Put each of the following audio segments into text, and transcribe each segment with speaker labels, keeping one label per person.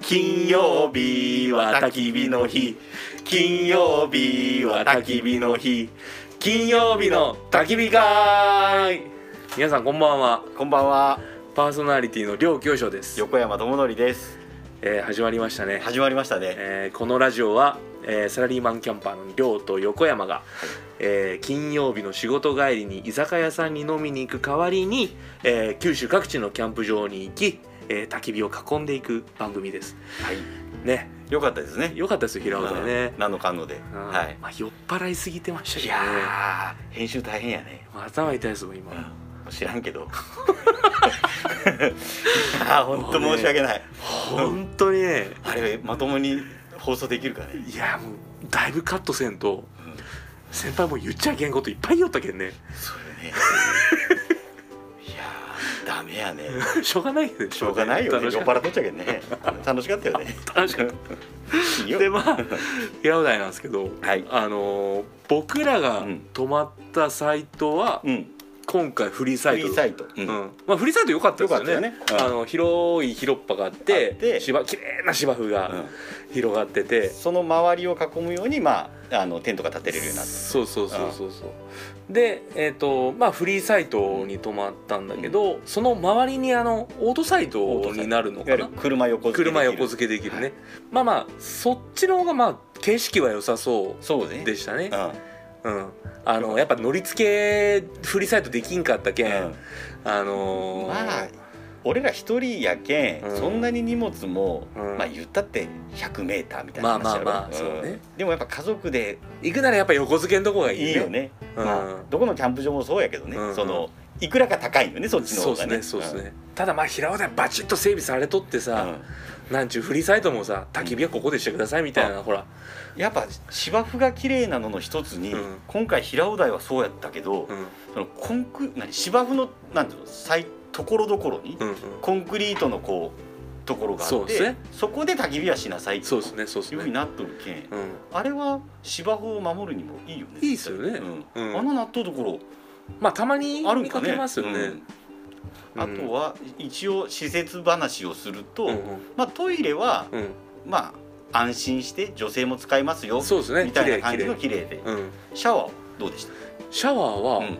Speaker 1: 金曜日は焚き火の日金曜日は焚き火の日金曜日の焚き火会皆さんこんばんは
Speaker 2: こんばんは
Speaker 1: パーソナリティの両教授です、
Speaker 2: 横山智則です
Speaker 1: えー始まりましたね、
Speaker 2: 始まりましたね
Speaker 1: えーこのラジオは、えーサラリーマンキャンパーの亮と横山が、えー金曜日の仕事帰りに居酒屋さんに飲みに行く代わりに、えー九州各地のキャンプ場に行き、えー焚き火を囲んでいく番組です
Speaker 2: はい
Speaker 1: ね
Speaker 2: 良かったですね
Speaker 1: 良かったですよ平岡でね
Speaker 2: うん、何のかんので
Speaker 1: うん
Speaker 2: はい
Speaker 1: まあ、酔っ払いすぎてましたけ
Speaker 2: い
Speaker 1: どね
Speaker 2: やー編集大変やね
Speaker 1: まあ頭痛いですもん今、
Speaker 2: うん知らんけ どあー本当申し訳ない
Speaker 1: 本当にね
Speaker 2: あれまともに放送できるかね
Speaker 1: いやもうだいぶカットせんと
Speaker 2: うん
Speaker 1: 先輩も言っちゃいけんこといっぱい言おったけんね
Speaker 2: それねいやーダメ やね
Speaker 1: しょうがないよね
Speaker 2: しょうがないよね
Speaker 1: 楽し
Speaker 2: 酔
Speaker 1: か
Speaker 2: っ
Speaker 1: った
Speaker 2: 払っとっちゃうけどね楽しかったよね
Speaker 1: 楽しかっ
Speaker 2: いい
Speaker 1: た
Speaker 2: よ
Speaker 1: でまあ平尾台なんですけど、
Speaker 2: はい
Speaker 1: あのー僕らが
Speaker 2: うん
Speaker 1: 泊まったサイトは、
Speaker 2: うん
Speaker 1: 今回フリー
Speaker 2: フ
Speaker 1: サイ
Speaker 2: リ
Speaker 1: ト
Speaker 2: ーサイトう
Speaker 1: うんんまあ、フリーサイト良かったですよね
Speaker 2: 良かったよねうん
Speaker 1: あの広い広っぱがあって
Speaker 2: あって
Speaker 1: 芝綺麗な芝生
Speaker 2: う
Speaker 1: が
Speaker 2: ん
Speaker 1: 広がってて、
Speaker 2: その周りを囲むように、まあ、あのテントが立てれるようになって
Speaker 1: そうそうそうそうそうでえっ、とまあフリーサイトに泊まったんだけど、その周りにあのオートサイ
Speaker 2: オート
Speaker 1: ト
Speaker 2: サイト
Speaker 1: になるの
Speaker 2: いわ
Speaker 1: か
Speaker 2: ゆる
Speaker 1: な
Speaker 2: 車横付けできる
Speaker 1: 車横付けできるね、まあまあそっちの方がまあ景色は良さそ
Speaker 2: そうね
Speaker 1: うでしたね
Speaker 2: うん
Speaker 1: うんあのやっぱ乗り付けフリーサイトできんかったけん、あ
Speaker 2: うん
Speaker 1: のー
Speaker 2: まあ俺ら一人やけん、
Speaker 1: うん
Speaker 2: そんなに荷物も、
Speaker 1: うん
Speaker 2: まあ言ったって 100m みたいな話やろ
Speaker 1: まあまあまあそうね
Speaker 2: んでもやっぱ家族で
Speaker 1: 行くならやっぱ横付けんとこがいいね
Speaker 2: いいよね、
Speaker 1: うん
Speaker 2: まあ、どこのキャンプ場もそうやけどね、
Speaker 1: うん
Speaker 2: そのいくらか高いよねそっちの
Speaker 1: そ
Speaker 2: 方
Speaker 1: うです
Speaker 2: がね
Speaker 1: ねそうですね、ただまあ平尾台バチッと整備されとって
Speaker 2: うん
Speaker 1: さ、なんちゅうフリーサイトもさ焚き火はここでしてくださいみたいな、ほら
Speaker 2: うんやっぱ芝生が綺麗なのの一つに、
Speaker 1: うん
Speaker 2: 今回平尾台はそうやったけど、
Speaker 1: うん
Speaker 2: そのコンク何芝生のなんていうのさいところどころに、
Speaker 1: うんうん
Speaker 2: コンクリートのこうところがあ
Speaker 1: そう
Speaker 2: っ
Speaker 1: で
Speaker 2: て
Speaker 1: す
Speaker 2: そ,、
Speaker 1: ね
Speaker 2: こで焚き火はしなさい
Speaker 1: そうで
Speaker 2: と
Speaker 1: すねそうです
Speaker 2: いうふうに
Speaker 1: ね
Speaker 2: なっとるけん、
Speaker 1: うん
Speaker 2: あれは芝生を守るにもいいよね
Speaker 1: いいっすよね
Speaker 2: うん
Speaker 1: うん
Speaker 2: あの納豆とこ
Speaker 1: まあたまに
Speaker 2: ろあるん
Speaker 1: 見
Speaker 2: か
Speaker 1: か
Speaker 2: ね
Speaker 1: けますよね
Speaker 2: うんあ
Speaker 1: うん
Speaker 2: とは一応施設話をすると、
Speaker 1: うん
Speaker 2: まあ、トイレは、
Speaker 1: うん
Speaker 2: まあ安心して女性も使えます
Speaker 1: う
Speaker 2: よ
Speaker 1: んそうですね
Speaker 2: みたいな感じの
Speaker 1: 綺麗
Speaker 2: 綺麗で
Speaker 1: 綺麗うん
Speaker 2: シャワーどうでした
Speaker 1: シャワーは、
Speaker 2: うん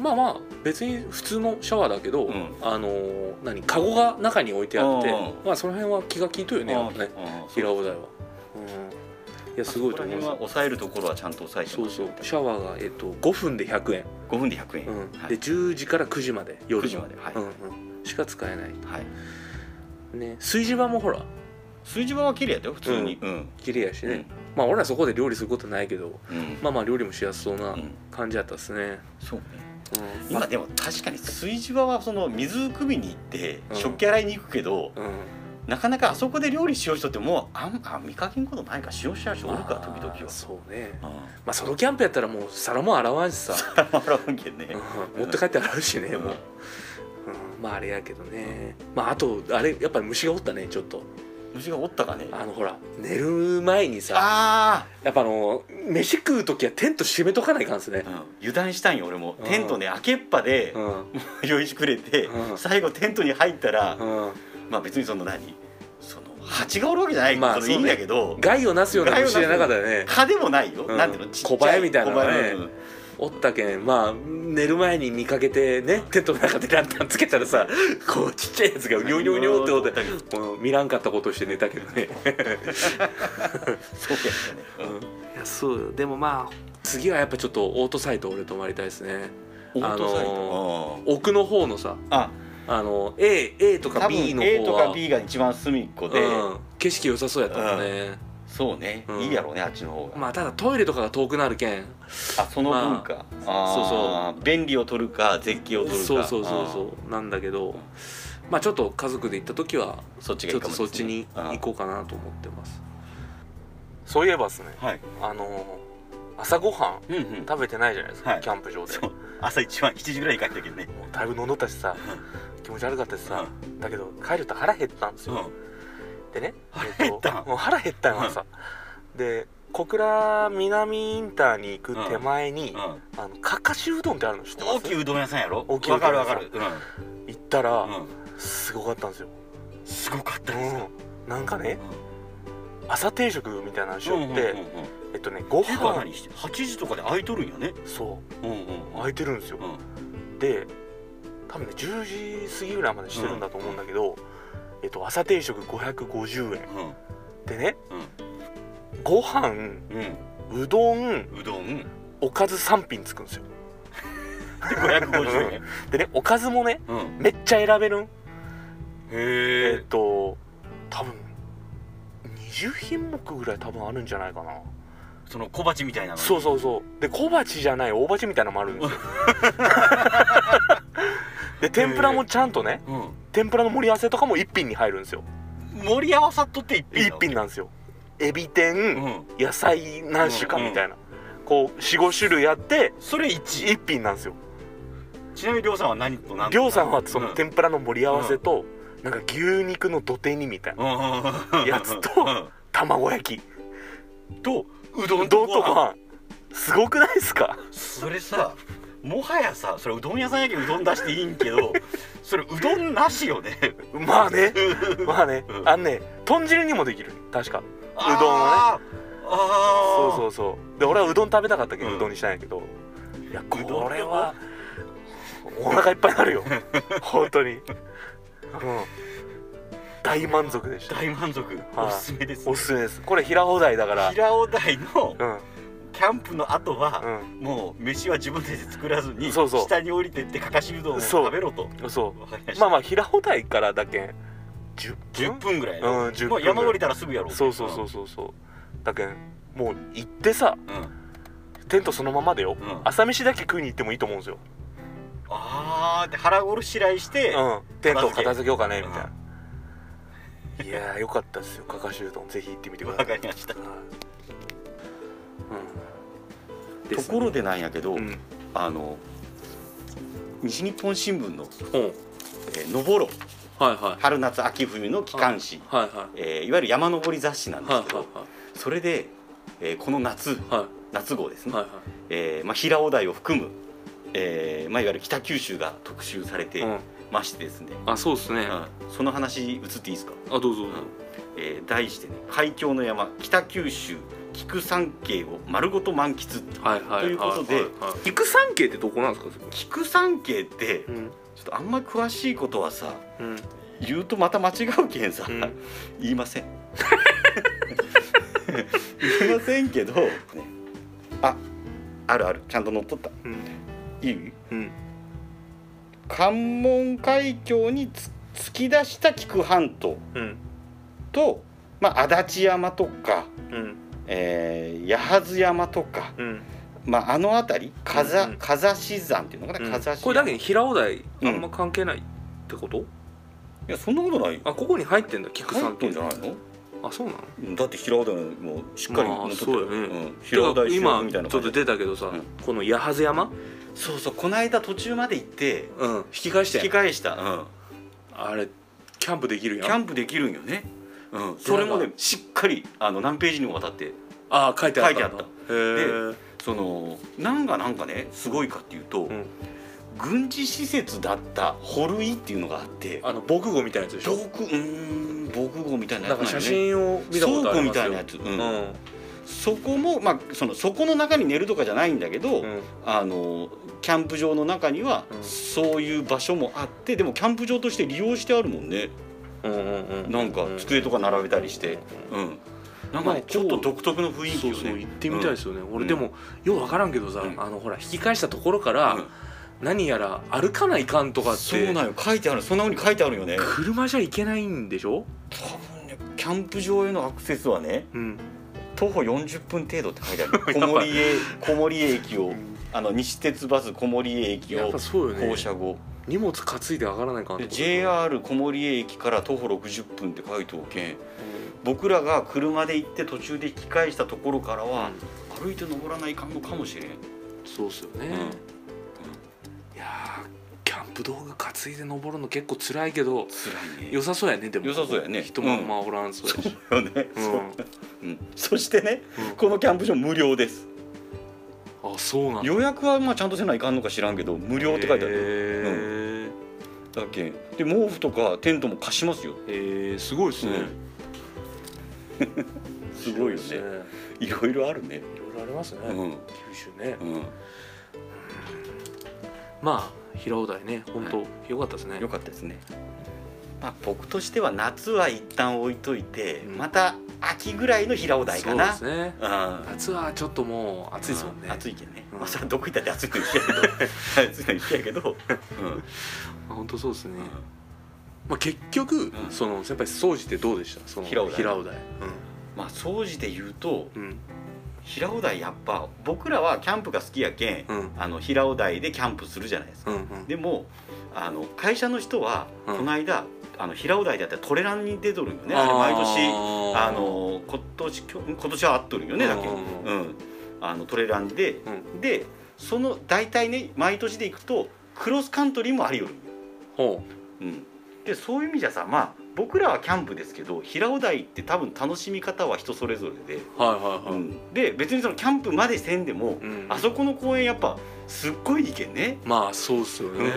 Speaker 1: まあまあ別に普通のシャワーだけど、
Speaker 2: うん
Speaker 1: あのー何カゴが中に置いてあって、
Speaker 2: うん
Speaker 1: まあその辺は気が利いとるよねやっぱね
Speaker 2: うんうん
Speaker 1: 平尾台は、うん、いやすごいと
Speaker 2: そこ
Speaker 1: 思い
Speaker 2: ら辺は
Speaker 1: ます
Speaker 2: 抑えるところはちゃんと抑えて
Speaker 1: そ
Speaker 2: ま
Speaker 1: う
Speaker 2: す
Speaker 1: そうシャワーが、えっと、5分で100円、
Speaker 2: 5分で100円、
Speaker 1: うん
Speaker 2: は
Speaker 1: で
Speaker 2: い、
Speaker 1: 10時から9時まで夜
Speaker 2: 9
Speaker 1: の
Speaker 2: 時まではい、
Speaker 1: うんうん、しか使えない
Speaker 2: はい、
Speaker 1: ね炊事場もほら
Speaker 2: 数字は綺麗やったよ普通にうん、うん
Speaker 1: 綺麗やしね、まあ俺らそこで料理することないけど
Speaker 2: うん
Speaker 1: まあまあ料理もしやすそうな
Speaker 2: うん
Speaker 1: 感じやったっすね、
Speaker 2: そうね
Speaker 1: うん、
Speaker 2: 今でも確かに炊事場はその水汲みに行って
Speaker 1: うん
Speaker 2: 食器洗いに行くけど、
Speaker 1: うん
Speaker 2: なかなかあそこで料理しよう人ってもうあんあ見かけんことないかしようしちゃう人おる
Speaker 1: ま
Speaker 2: か
Speaker 1: あ
Speaker 2: 時々は
Speaker 1: そうね
Speaker 2: うん
Speaker 1: まあソロキャンプやったらもう皿も洗わんしさ、
Speaker 2: 洗わんけんね
Speaker 1: うん持って帰って洗うしね、
Speaker 2: うん
Speaker 1: もう、うん、まああれやけどねまああとあれやっぱり虫がおったねちょっと
Speaker 2: 虫がおったかね
Speaker 1: あのほら寝る前にさ
Speaker 2: あ
Speaker 1: やっぱあの飯食う時はテント閉めとかないかんですね
Speaker 2: あ、うん、油断したんよ俺も
Speaker 1: うん
Speaker 2: テントね開けっぱで
Speaker 1: うん
Speaker 2: 用意してくれて
Speaker 1: うん
Speaker 2: 最後テントに入ったら
Speaker 1: うん
Speaker 2: まあ別にその何その蜂がおるわけじゃない、
Speaker 1: まあ
Speaker 2: そのいいんだけど
Speaker 1: 害をなすような虫じゃなかったよね
Speaker 2: 蚊でもないよ、
Speaker 1: うん
Speaker 2: なんていうのちっちゃい
Speaker 1: 小バエみたいなのね
Speaker 2: 小バエのうん
Speaker 1: おったけんまあ寝る前に見かけてねテントの中でランタンつけたらさこうちっちゃいやつがうにょうにょうにょうってことでもう見らんかったことして寝たけどね、
Speaker 2: そうやったね、
Speaker 1: いやそうよでもまあ次はやっぱちょっとオートサイト俺泊まりたいですね
Speaker 2: うん、オートサイト、
Speaker 1: あの奥の方のさ
Speaker 2: あ
Speaker 1: あの A, A と
Speaker 2: 多
Speaker 1: か B
Speaker 2: 分
Speaker 1: の
Speaker 2: A
Speaker 1: 方
Speaker 2: と
Speaker 1: は
Speaker 2: か B が一番隅っこで、
Speaker 1: うん、景色良さそうやったもんね、
Speaker 2: そうね、
Speaker 1: うん
Speaker 2: いいやろうねあっちの方が、
Speaker 1: まあただトイレとかが遠くなるけん
Speaker 2: あその分か、あー便利を取るか絶景を取るか
Speaker 1: そうそうそうそうなんだけどまあちょっと家族で行った時は
Speaker 2: うんそっちが
Speaker 1: ち
Speaker 2: い
Speaker 1: ょ
Speaker 2: い
Speaker 1: っ
Speaker 2: か
Speaker 1: と
Speaker 2: も
Speaker 1: そっちに
Speaker 2: うん
Speaker 1: 行こうかなと思ってますそういえばですね
Speaker 2: はい
Speaker 1: あのー朝ごはん
Speaker 2: うんうん
Speaker 1: 食べてないじゃないですか、
Speaker 2: はい
Speaker 1: キャンプ場で
Speaker 2: そう朝一番7時ぐらいに帰ったけどね
Speaker 1: もうだいぶ飲んどったしさ気持ち悪かったしさ、だけど帰ると腹減ったんです
Speaker 2: う
Speaker 1: よ、
Speaker 2: ん
Speaker 1: でね
Speaker 2: 腹減った
Speaker 1: えともう腹減ったのさ、で小倉南インターに行く手前に、
Speaker 2: うん
Speaker 1: あのかかしうどんってあるの知ってま
Speaker 2: 大
Speaker 1: す
Speaker 2: きいうどん屋さんやろ
Speaker 1: 大きいうど
Speaker 2: わ
Speaker 1: ん屋さ
Speaker 2: か
Speaker 1: ん
Speaker 2: るわかる、
Speaker 1: 行ったら、
Speaker 2: うんうん、
Speaker 1: すごかったんですよ
Speaker 2: すごかったです
Speaker 1: うん
Speaker 3: なんかね朝定食みたいなのしよって、
Speaker 2: うんうんうんうん
Speaker 3: えっとねご
Speaker 2: てか
Speaker 3: 飯
Speaker 2: 何して8時とかで空いとるんやね
Speaker 3: そ
Speaker 2: うんうん
Speaker 3: う空いてるんですよ、で多分ね10時過ぎぐらいまでしてるんだと思うんだけど、えっと朝定食550円
Speaker 2: うん
Speaker 3: でねご飯
Speaker 2: うん
Speaker 3: うどん
Speaker 2: うんうどんで
Speaker 3: おかず3品つくんですよ
Speaker 2: 550円
Speaker 3: でねおかずもね
Speaker 2: うん
Speaker 3: めっちゃ選べるんえ
Speaker 2: へ
Speaker 3: っと多分20品目ぐらい多分あるんじゃないかな
Speaker 2: その小鉢みたいなの
Speaker 3: そうそうそうで小鉢じゃない大鉢みたいなのもあるん ですよで天ぷらもちゃんとね
Speaker 2: う、うん、
Speaker 3: 天ぷらの盛り合わせとかも1品に入るんですよ
Speaker 2: 盛り合わさっとって一品
Speaker 3: 1品なんですよエビ天
Speaker 2: うん
Speaker 3: 野菜何種かみたいなこう45種類あって
Speaker 2: それ1
Speaker 3: 1品なんですよ
Speaker 2: ちなみにりょうさんは何と何
Speaker 3: りょうさんはその
Speaker 2: うん
Speaker 3: 天ぷらの盛り合わせとなんか牛肉の土手煮みたいな
Speaker 2: うん
Speaker 3: やつと卵焼き
Speaker 2: うんとうどん
Speaker 3: ど
Speaker 2: と
Speaker 3: うと
Speaker 2: ご飯
Speaker 3: かすごくないですか
Speaker 2: それさもはやさそれうどん屋さんやけどうどん出していいんけどそれうどんなしよね
Speaker 3: まあねまあね
Speaker 2: うん
Speaker 3: あのね豚汁にもできる確か
Speaker 2: あー
Speaker 3: うどんはそう
Speaker 2: あ
Speaker 3: そううそうで俺はうどん食べたかったけど
Speaker 2: うん
Speaker 3: うどんにしたんやけどいや
Speaker 2: うどん
Speaker 3: これはお腹いっぱいになる よ本当にうん大満足でした
Speaker 2: 大満足、
Speaker 3: はい
Speaker 2: おすすめです
Speaker 3: おすすめですこれ平放題だから
Speaker 2: 平尾台の
Speaker 3: うん
Speaker 2: キャンプの後は、
Speaker 3: う
Speaker 2: もう飯は自分たちで作らずに
Speaker 3: そうそう
Speaker 2: 下に降りてってかかしうどんを
Speaker 3: そう
Speaker 2: 食べろと
Speaker 3: んそ
Speaker 2: わかりま
Speaker 3: うま
Speaker 2: した
Speaker 3: あまあ平放題からだけん10
Speaker 2: 10
Speaker 3: 分
Speaker 2: 分ぐらい
Speaker 3: うん
Speaker 2: の、
Speaker 3: 10分
Speaker 2: まあ、山降りたらすぐやろ
Speaker 3: そうそうそうそうそうだけんもう行ってさ
Speaker 2: うん、うん
Speaker 3: テントそのままでよ
Speaker 2: うん
Speaker 3: 朝飯だけ食いに行ってもいいと思うんですよ
Speaker 2: あーって腹ごしらえして、
Speaker 3: うん、テント片付けようかねみたいな
Speaker 2: う、
Speaker 3: いやーよかったですよかかしうどんぜひ行ってみてく
Speaker 2: わ
Speaker 3: ださ
Speaker 2: か
Speaker 3: い
Speaker 2: りましたと
Speaker 1: です
Speaker 2: ころでなんやけど、
Speaker 3: うん、うん
Speaker 2: あの西日本新聞の
Speaker 1: うんはい
Speaker 2: 「えーのぼろ
Speaker 1: はい
Speaker 2: 春夏秋冬」の機関誌、
Speaker 1: はいはい
Speaker 2: えーいわゆる山登り雑誌なんで
Speaker 1: はい
Speaker 2: すけ
Speaker 1: は
Speaker 2: ど、それで、えーこの夏
Speaker 1: いはいは
Speaker 2: 夏号です
Speaker 1: い
Speaker 2: ね、
Speaker 1: はい
Speaker 2: えーまあ、平尾台を含む、えーまあ、いわゆる北九州が特集されて
Speaker 1: うん
Speaker 2: ましてですね、
Speaker 1: あそうですねあ
Speaker 2: うんその話移っていいですか、
Speaker 1: どうぞどうぞ
Speaker 2: えー題してね「海峡の山北九州菊山系を丸ごと満喫」
Speaker 1: はいはいはい
Speaker 2: ということで
Speaker 1: 菊山系ってどこなんですかそこ
Speaker 2: 菊山系ってち
Speaker 1: う
Speaker 2: ょ
Speaker 1: ん
Speaker 2: っとあんま詳しいことはさ
Speaker 1: うん
Speaker 2: 言うとまた間違うけんさ、
Speaker 1: うん
Speaker 2: 言いません言いませんけど、ね、ああるあるちゃんと乗っとった
Speaker 1: うん
Speaker 2: いい
Speaker 1: うん
Speaker 2: 関門海峡につ突き出した菊半島
Speaker 1: うん
Speaker 2: と、まあ、足立山とか、
Speaker 1: うん
Speaker 2: えー八幡山とか、
Speaker 1: うん
Speaker 2: まあ、あの辺り風,、
Speaker 1: うんうん
Speaker 2: 風志山っていうのかな、
Speaker 1: うん
Speaker 2: 風志山
Speaker 1: これだけに平尾台
Speaker 2: うん
Speaker 1: あんま関係ないってこと
Speaker 2: いやそんなことないよ
Speaker 1: あここに入ってんだ菊
Speaker 2: 入
Speaker 1: 山
Speaker 2: って
Speaker 1: 系
Speaker 2: んじゃないの
Speaker 1: あそうなの
Speaker 2: うんだって平尾台もしっかり
Speaker 1: ま
Speaker 2: 乗
Speaker 1: あ
Speaker 2: っとった
Speaker 1: そうよね
Speaker 2: うん、平尾台集合
Speaker 1: 今
Speaker 2: み
Speaker 1: ち
Speaker 2: た
Speaker 1: ょっ
Speaker 2: いな
Speaker 1: と
Speaker 2: 感じ
Speaker 1: 出たけどさ
Speaker 2: うん
Speaker 1: この八幡山
Speaker 2: そうそうこの間途中まで行って
Speaker 1: うん引き返し
Speaker 2: 引き
Speaker 1: て
Speaker 2: 返した、うん、
Speaker 1: あれキャンプできる
Speaker 2: キ
Speaker 1: や
Speaker 2: ャ
Speaker 1: ん
Speaker 2: ンプできるんよね、うん、それもねしっかりあの何ページにもわたって
Speaker 1: ああ書いてあった
Speaker 2: 書いてあった
Speaker 1: へー
Speaker 2: そのなんがなんかねすごいかっていうと、
Speaker 1: ん
Speaker 2: 軍事施設だったホルイっていうのがあって
Speaker 1: あの防空壕みたいなやつでし
Speaker 2: 防
Speaker 1: ょ
Speaker 2: 空うーん防空壕みたいな
Speaker 1: な
Speaker 2: や
Speaker 1: ん
Speaker 2: つ
Speaker 1: か写
Speaker 2: よね
Speaker 1: 真を見たことあ
Speaker 2: 倉庫
Speaker 1: り
Speaker 2: み
Speaker 1: ます
Speaker 2: たい
Speaker 1: よ
Speaker 2: なやつ、う
Speaker 1: うんん
Speaker 2: そこも、まあ、そのそこの中に寝るとかじゃないんだけど、
Speaker 1: うん
Speaker 2: あのキャンプ場の中には
Speaker 1: うん
Speaker 2: そういう場所もあってでもキャンプ場として利用してあるもんね
Speaker 1: うんうんうん
Speaker 2: なんか
Speaker 1: うん
Speaker 2: 机とか並べたりして、うん、なんか
Speaker 1: まあ
Speaker 2: ねちょっと独特の雰囲気
Speaker 1: そ
Speaker 2: を
Speaker 1: うそう
Speaker 2: ね
Speaker 1: 行ってみたいですよね、俺
Speaker 2: うん
Speaker 1: でもよう分からんけどさ、
Speaker 2: うん
Speaker 1: あのほら引き返したところから、
Speaker 2: うん
Speaker 1: 何やら歩かないかんとかっ
Speaker 2: そう
Speaker 1: て
Speaker 2: なんよ書いてあるそんなふうに書いてあるよね
Speaker 1: 車じゃ行けないんでしょ、
Speaker 2: 多分ねキャンプ場へのアクセスはね
Speaker 1: うん、
Speaker 2: 徒歩40分程度って書いてあ る
Speaker 1: ぱ
Speaker 2: 小森へ小森駅をあの西鉄バス小森駅
Speaker 1: やっ
Speaker 2: を
Speaker 1: ぱそうよね
Speaker 2: 降車後
Speaker 1: 荷物担いで上がらないかんと
Speaker 2: で
Speaker 1: か
Speaker 2: JR 小森駅から徒歩60分って書いておけん僕らが車で行って途中で引き返したところから
Speaker 1: うん
Speaker 2: は歩いて登らないかんのかもしれん、
Speaker 1: そうっすよね、
Speaker 2: うん
Speaker 1: いやーキャンプ道具担いで登るの結構辛いけど
Speaker 2: 辛いね
Speaker 1: 良さそうやねでも
Speaker 2: 良さそうやね
Speaker 1: 人もあんまおらんそうやし、
Speaker 2: よね、
Speaker 1: う
Speaker 2: そ
Speaker 1: ん
Speaker 2: ううんそしてね
Speaker 1: うん
Speaker 2: このキャンプ場無料です
Speaker 1: あそうなんだ
Speaker 2: 予約はまあちゃんとせないかんのか知らんけど無料って書いてあ
Speaker 1: へ
Speaker 2: る
Speaker 1: ー
Speaker 2: だっけんで毛布とかテントも貸しますよ
Speaker 1: えーすごいですね、
Speaker 2: うん すごいよ
Speaker 1: 面白
Speaker 2: ね
Speaker 1: です
Speaker 2: いろいろあるね。
Speaker 1: いろいろありますね、
Speaker 2: うん
Speaker 1: 九州ね、
Speaker 2: うん。
Speaker 1: まあ平尾台ね本当、よかったですね
Speaker 2: 良かったですね。まあ僕としては夏は一旦置いといて、
Speaker 1: うん
Speaker 2: また秋ぐらいの平尾台かな。
Speaker 1: そうですね
Speaker 2: うん。
Speaker 1: 夏はちょっともう暑いですもんね、
Speaker 2: う暑いけどね、
Speaker 1: うん
Speaker 2: まあそれはどこ行ったって暑いの一緒や けど暑いの一緒やけど、
Speaker 1: あ本当そうですね、
Speaker 2: うん
Speaker 1: まあ、結局、
Speaker 2: ん
Speaker 1: その先輩掃除ってどうでしたその
Speaker 2: 平尾台
Speaker 1: 台
Speaker 2: まあ掃除で言うと
Speaker 1: うんうん
Speaker 2: 平尾台やっぱ僕らはキャンプが好きやけん、
Speaker 1: うん
Speaker 2: あの平尾台でキャンプするじゃないですか、
Speaker 1: うんうん
Speaker 2: でもあの会社の人は
Speaker 1: うん
Speaker 2: この間、あの平尾台だったらトレランに出とるんよね
Speaker 1: あ
Speaker 2: あ
Speaker 1: ー
Speaker 2: れ毎年あの今年きょ今年はあっとるんよねだけど、
Speaker 1: う
Speaker 2: うん、あのトレランで、
Speaker 1: う
Speaker 2: でその大体ね毎年で行くとクロスカントリーもありよるんよ
Speaker 1: ほ
Speaker 2: うん、でそういう意味じゃさまあ僕らはキャンプですけど平尾台って多分楽しみ方は人それぞれで、
Speaker 1: うはいはいはい、
Speaker 2: で別にそのキャンプまでせんでも、
Speaker 1: うん
Speaker 2: あそこの公園やっぱすっごいいいけんね
Speaker 1: まあそうっすよね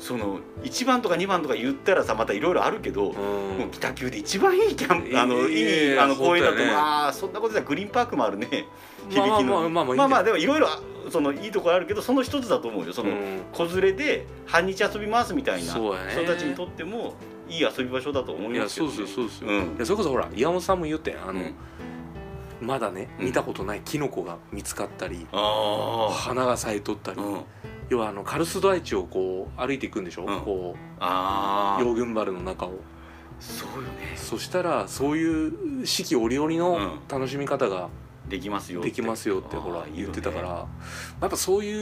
Speaker 2: その1番とか2番とか言ったらさまたいろいろあるけど、
Speaker 1: うん、
Speaker 2: もう北急で一番いいキャン
Speaker 1: いい
Speaker 2: プあの
Speaker 1: いい
Speaker 2: いいあの公園だと
Speaker 1: そうだよね
Speaker 2: ああそんなことじゃグリーンパークもあるね
Speaker 1: まあ
Speaker 2: 響き
Speaker 1: まあ
Speaker 2: の
Speaker 1: まあまあ
Speaker 2: まあま
Speaker 1: まあ
Speaker 2: あでもいろいろあそのいいところあるけどその一つだと思うよその、
Speaker 1: うん
Speaker 2: 子連れで半日遊び回すみたいな
Speaker 1: そう
Speaker 2: 人
Speaker 1: やね
Speaker 2: たちにとってもいい遊び場所だと思
Speaker 1: い
Speaker 2: い
Speaker 1: や
Speaker 2: ますけ
Speaker 1: そ
Speaker 2: ど
Speaker 1: う
Speaker 2: ね、
Speaker 1: ですよそうですよ、
Speaker 2: うん
Speaker 1: いやそれこそほら岩本さんも言ってんあの、
Speaker 2: うん
Speaker 1: まだね
Speaker 2: うん
Speaker 1: 見たことないキノコが見つかったり、
Speaker 2: あ
Speaker 1: 花が咲いとったり、
Speaker 2: あ、うん、
Speaker 1: 要はあのカルスド愛地をこう歩いていくんでしょ、
Speaker 2: うん
Speaker 1: こう
Speaker 2: あー
Speaker 1: 羊群原の中を
Speaker 2: そうよね
Speaker 1: そしたらそういう四季折々の
Speaker 2: うん
Speaker 1: 楽しみ方が
Speaker 2: できますよって
Speaker 1: できますよって
Speaker 2: あー
Speaker 1: ほら
Speaker 2: いいよね
Speaker 1: 言ってたから、やっぱそうい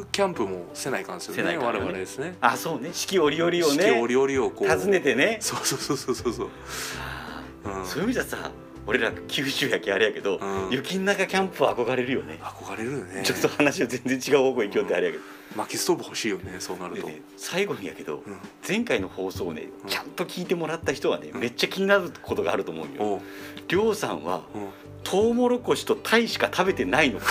Speaker 1: うキャンプもせないかんですよ
Speaker 2: せな
Speaker 1: ね
Speaker 2: いかん
Speaker 1: 我
Speaker 2: よね
Speaker 1: 々ですね
Speaker 2: あそうね四季折々をね
Speaker 1: 四季折々をこう
Speaker 2: 訪ねてね
Speaker 1: そうそうそうそうそうそう、うん、
Speaker 2: そういう意味じゃさ俺ら九州やけあれやけど、
Speaker 1: うん
Speaker 2: 雪の中キャンプは憧れるよね
Speaker 1: 憧れるよね
Speaker 2: ちょっと話を全然違う方向行きよってあれやけど、
Speaker 1: 薪ストーブ欲しいよねそうなる
Speaker 2: で
Speaker 1: と、
Speaker 2: ね最後にやけど、
Speaker 1: うん
Speaker 2: 前回の放送をね
Speaker 1: うん
Speaker 2: ちゃんと聞いてもらった人はね、
Speaker 1: うん
Speaker 2: めっちゃ気になることがあると思うよ、
Speaker 1: おう
Speaker 2: りょうさんは
Speaker 1: うん
Speaker 2: トウモロコシとタイしか食べてないのか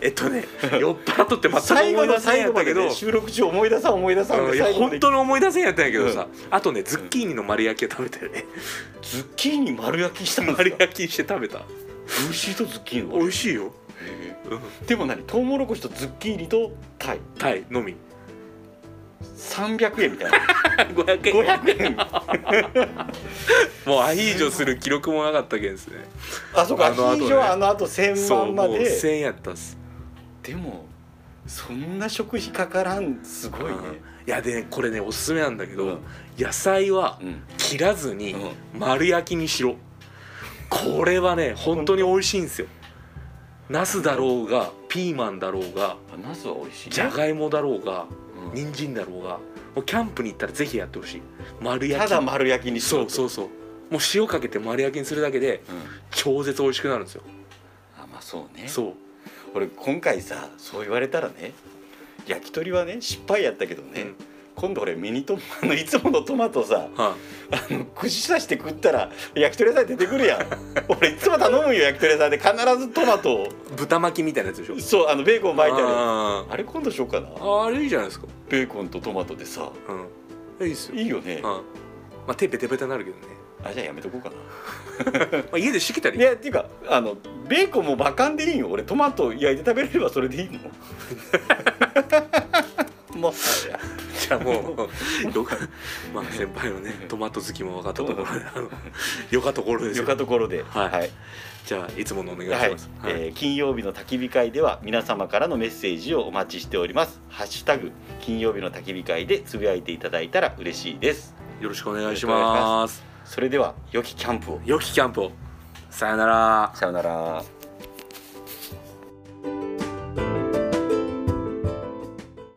Speaker 1: えっと ね酔っ払っとって全く
Speaker 2: 最後
Speaker 1: 思い
Speaker 2: の
Speaker 1: 出せん
Speaker 2: 最
Speaker 1: や
Speaker 2: 後
Speaker 1: っ
Speaker 2: ま
Speaker 1: た
Speaker 2: で
Speaker 1: けど
Speaker 2: ね収録中思い出さん思い出さん
Speaker 1: うん
Speaker 2: で
Speaker 1: いや
Speaker 2: 最後ま
Speaker 1: 本
Speaker 2: で
Speaker 1: 当に思い出せんやったんやけどさ、あとねズッキーニの丸焼きを食べたよね、
Speaker 2: ズッキーニ丸焼きしたんですか
Speaker 1: 丸焼きして食べた
Speaker 2: 美味しいとズッキーニの
Speaker 1: 美味しいよ、
Speaker 2: へ
Speaker 1: うん、
Speaker 2: えでも何トウモロコシとズッキーニとタイ
Speaker 1: タイの み
Speaker 2: 300円みたいな
Speaker 1: 500
Speaker 2: 500円
Speaker 1: もうアヒージョする記録もなかったけんですね
Speaker 2: あそうか
Speaker 1: あ
Speaker 2: ア
Speaker 1: の
Speaker 2: ヒ
Speaker 1: 後ね
Speaker 2: ージョはあのあと1000
Speaker 1: そう
Speaker 2: 万
Speaker 1: も
Speaker 2: ま
Speaker 1: う
Speaker 2: で
Speaker 1: 1000円やったっす、
Speaker 2: でもそんな食費かからんすごいね
Speaker 1: うんいやでねこれねおすすめなんだけど、
Speaker 2: うん
Speaker 1: 野菜は
Speaker 2: うん
Speaker 1: 切らずに丸焼きにしろこれはね本当に美味しいんですよナスだろうがピーマンだろうが
Speaker 2: あナスは美味しいね
Speaker 1: じゃがいもだろうが
Speaker 2: うん
Speaker 1: 人参だろうがもうキャンプに行ったらぜひやってほしい丸焼
Speaker 2: た
Speaker 1: き
Speaker 2: だ丸焼きにし
Speaker 1: そう
Speaker 2: う
Speaker 1: そうそうもう塩かけて丸焼きにするだけで超絶美味しくなるんですよ
Speaker 2: あまあそうね
Speaker 1: そう
Speaker 2: 俺今回さそう言われたらね焼き鳥はね失敗やったけどね、
Speaker 1: うん
Speaker 2: 今度俺ミニトマ あのいつものトマトさ
Speaker 1: は
Speaker 2: あの串刺して食ったら焼き鳥屋さんに出てくるや ん俺いつも頼むんよ焼き鳥屋さんで必ずトマトを
Speaker 1: い豚巻きみたいなやつでしょ
Speaker 2: そうあのベーコン巻いてあるや
Speaker 1: あ
Speaker 2: つあれ今度しようかな
Speaker 1: ーあれいいじゃないですか
Speaker 2: ベーコンとトマトでさ
Speaker 1: うんいいっすよ
Speaker 2: いいよね
Speaker 1: うんまあ手ベタベタになるけどね
Speaker 2: あじゃあやめとこうかな
Speaker 1: まあ家でしてきたり
Speaker 2: いやっていうかあのベーコンも巻かんでいいんよ俺トマト焼いて食べれればそれで いいのもう
Speaker 1: じゃあも うよかまあ先輩のねトマト好きも分かったところであのよかところです
Speaker 2: よ
Speaker 1: よ
Speaker 2: かところで
Speaker 1: はい
Speaker 2: はい
Speaker 1: じゃあいつものお願いし
Speaker 2: はい
Speaker 1: ます、
Speaker 2: えー金曜日の焚き火会では皆様からのメッセージをお待ちしておりますハッシュタグ金曜日の焚き火会でつぶやいていただいたら嬉しいです
Speaker 1: よろしくお願いし
Speaker 2: よろしくお願
Speaker 1: ます
Speaker 2: それでは良きキャンプを
Speaker 1: 良きキャンプをさよなら
Speaker 2: さよなら